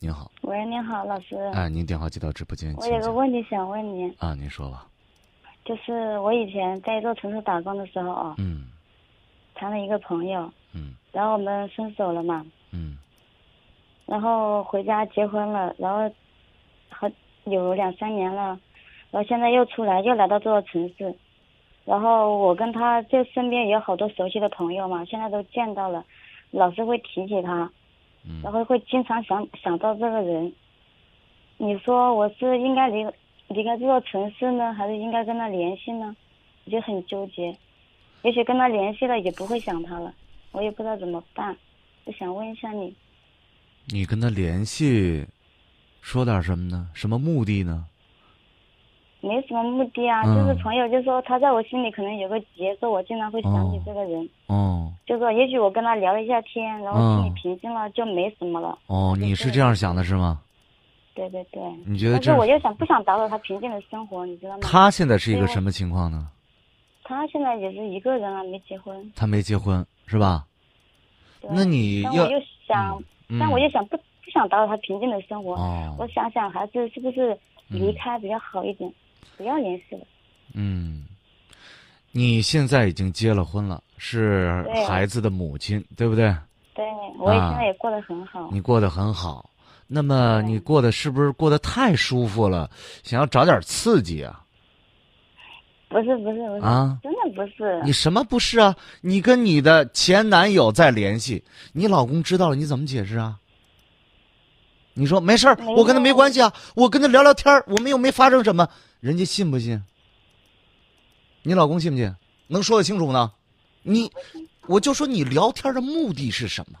您好，喂，您好，老师。哎，您电话接到直播间，我请有个讲问题想问您，啊，您说吧。就是我以前在一座城市打工的时候啊，嗯谈了一个朋友，嗯然后我们分手了嘛，嗯然后回家结婚了，然后好有两三年了，然后现在又出来，又来到这座城市，然后我跟他就身边也有好多熟悉的朋友嘛，现在都见到了，老是会提起他，嗯然后会经常想想到这个人。你说我是应该离离开这座城市呢，还是应该跟他联系呢？我就很纠结。也许跟他联系了，也不会想他了，我也不知道怎么办。就想问一下你，你跟他联系，说点什么呢？什么目的呢？没什么目的啊，嗯就是朋友就说他在我心里可能有个结，说我经常会想起这个人，哦就说也许我跟他聊了一下天，然后嗯心里平静了，就没什么了。哦，你是这样想的是吗？对对对，你嗯觉得但是这我又想不想打扰他平静的生活，你知道吗？他现在是一个对什么情况呢？他现在也是一个人啊，没结婚。他没结婚是吧？对那你但要我又想，嗯但我又想不不想打扰他平静的生活。我哦，想想，还是是不是离开比较好一点，不要联系了。嗯，你现在已经结了婚了，是对孩子的母亲，对不对？对，我也啊现在也过得很好。你过得很好，那么对你过得是不是过得太舒服了？想要找点刺激啊？不是不是不是，啊真的不嗯是。你什么不是啊？你跟你的前男友在联系，你老公知道了，你怎么解释啊？你说没事儿没，有我跟他没关系啊，我跟他聊聊天儿，我们又没发生什么，人家信不信？你老公信不信？能说得清楚呢？你，我就说你聊天的目的是什么？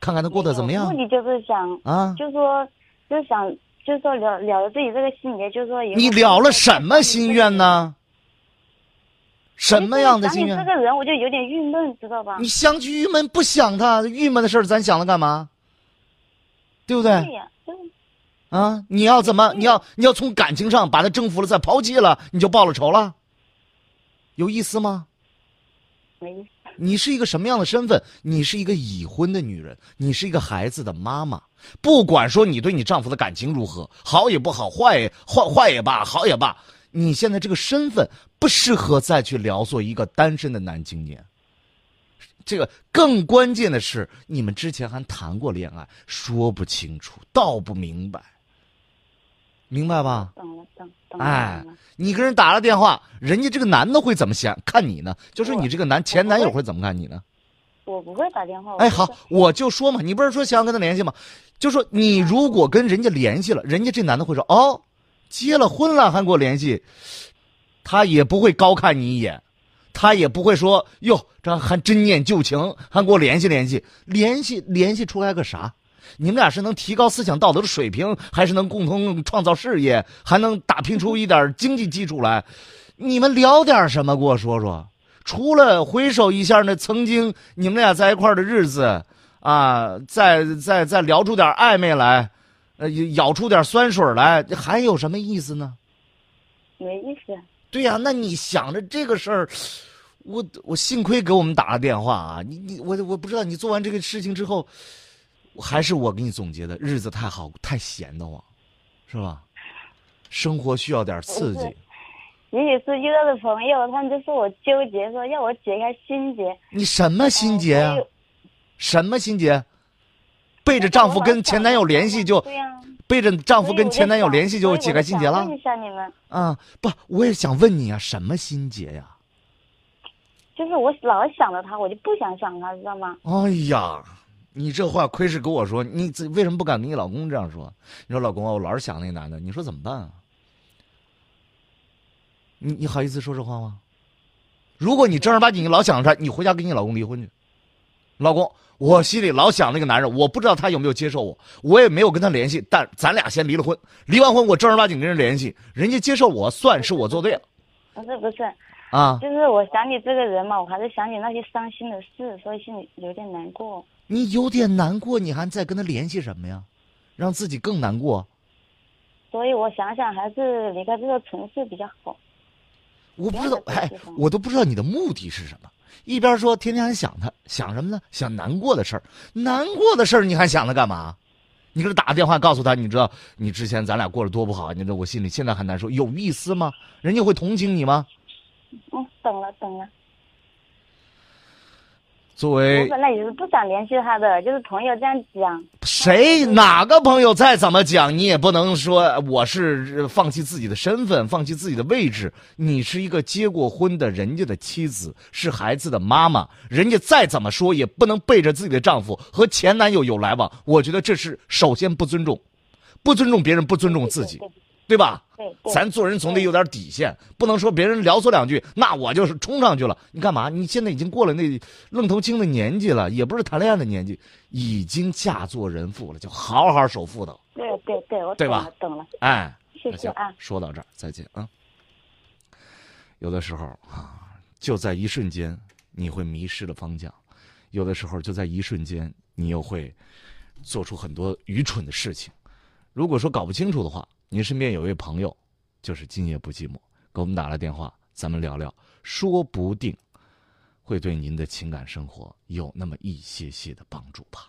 看看他过得怎么样我目的就是想，啊？就说，就想，就说了了了自己这个心结，就说以后你了了什么心愿？呢？什哎么样的心我愿想起？这个人，我就有点郁闷，知道吧？你想起郁闷不想他，郁闷的事儿咱想了干嘛？对不对对呀，就是啊？你要怎么？你要你要从感情上把他征服了，再抛弃了，你就报了仇了？有意思吗？没意思。你是一个什么样的身份？你是一个已婚的女人，你是一个孩子的妈妈。不管说你对你丈夫的感情如何，好也不好，坏也坏坏也罢，好也罢，你现在这个身份不适合再去聊做一个单身的男青年。这个更关键的是，你们之前还谈过恋爱，说不清楚，道不明白，明白吧？懂了，懂懂了。哎懂了，你跟人打了电话，人家这个男的会怎么想看你呢？就说你这个男前男友会怎么看你呢？我不会打电话。哎，我就好，我就说嘛，你不是说想要跟他联系吗？就说你如果跟人家联系了，人家这男的会说哦，结了婚了还跟我联系，他也不会高看你一眼，他也不会说哟，这还真念旧情，还跟我联系联系，联系联系出来个啥？你们俩是能提高思想道德的水平，还是能共同创造事业，还能打拼出一点经济基础来？你们聊点什么？给我说说。除了回首一下那曾经你们俩在一块儿的日子啊，再再再聊出点暧昧来，呃，咬出点酸水来，这还有什么意思呢？没意思。对呀、那你想着这个事儿，我我幸亏给我们打了电话啊！你你我我不知道你做完这个事情之后，还是我给你总结的，日子太好太闲得慌，是吧？生活需要点刺不激是。也许是遇到的朋友，他们就说我纠结，说要我解开心结。你什么心结啊？嗯所以什么心结？背着丈夫跟前男友联系就对呀、背着丈夫所以我跟就前男友联系就想解开心结所以了我就想问一下你们，啊？不，我也想问你啊，什么心结呀？就是我老想着他，我就不想想他，知道吗？哎呀，你这话亏是跟我说，你自为什么不敢跟你老公这样说？你说老公啊，我老是想那男的，你说怎么办啊？你你好意思说这话吗？如果你正儿八经你老想着他，你回家跟你老公离婚去。老公，我心里老想那个男人，我不知道他有没有接受我，我也没有跟他联系，但咱俩先离了婚，离完婚我正儿八经跟人联系，人家接受我算是我做对了不是不是，啊。就是我想起这个人嘛，我还是想起那些伤心的事，所以心里有点难过。你有点难过，你还在跟他联系什么呀？让自己更难过。所以我想想，还是离开这个城市比较好。我不知道，不要再哎做这种，我都不知道你的目的是什么。一边说天天还想他，想什么呢？想难过的事儿，难过的事儿你还想他干嘛？你给他打个电话告诉他，你知道你之前咱俩过得多不好，你知道我心里现在还难受，有意思吗？人家会同情你吗？嗯，懂了懂了。作我为本来也是不想联系他的，就是朋友这样讲。谁哪个朋友再怎么讲，你也不能说我是呃放弃自己的身份，放弃自己的位置。你是一个结过婚的人家的妻子，是孩子的妈妈，人家再怎么说也不能背着自己的丈夫和前男友有来往。我觉得这是首先不尊重，不尊重别人，不尊重自己对，对吧？对对。咱做人总得有点底线，不能说别人聊唆两句，那我就是冲上去了。你干嘛？你现在已经过了那愣头青的年纪了，也不是谈恋爱的年纪，已经嫁作人妇了，就好好守妇道。对对对，我对懂吧了懂了，哎，谢那谢行啊，。说到这儿，再见啊。有的时候啊，就在一瞬间，你会迷失了方向；有的时候，就在一瞬间，你又会做出很多愚蠢的事情。如果说搞不清楚的话，您身边有一位朋友，就是今夜不寂寞，给我们打来电话，咱们聊聊，说不定会对您的情感生活有那么一些些的帮助吧。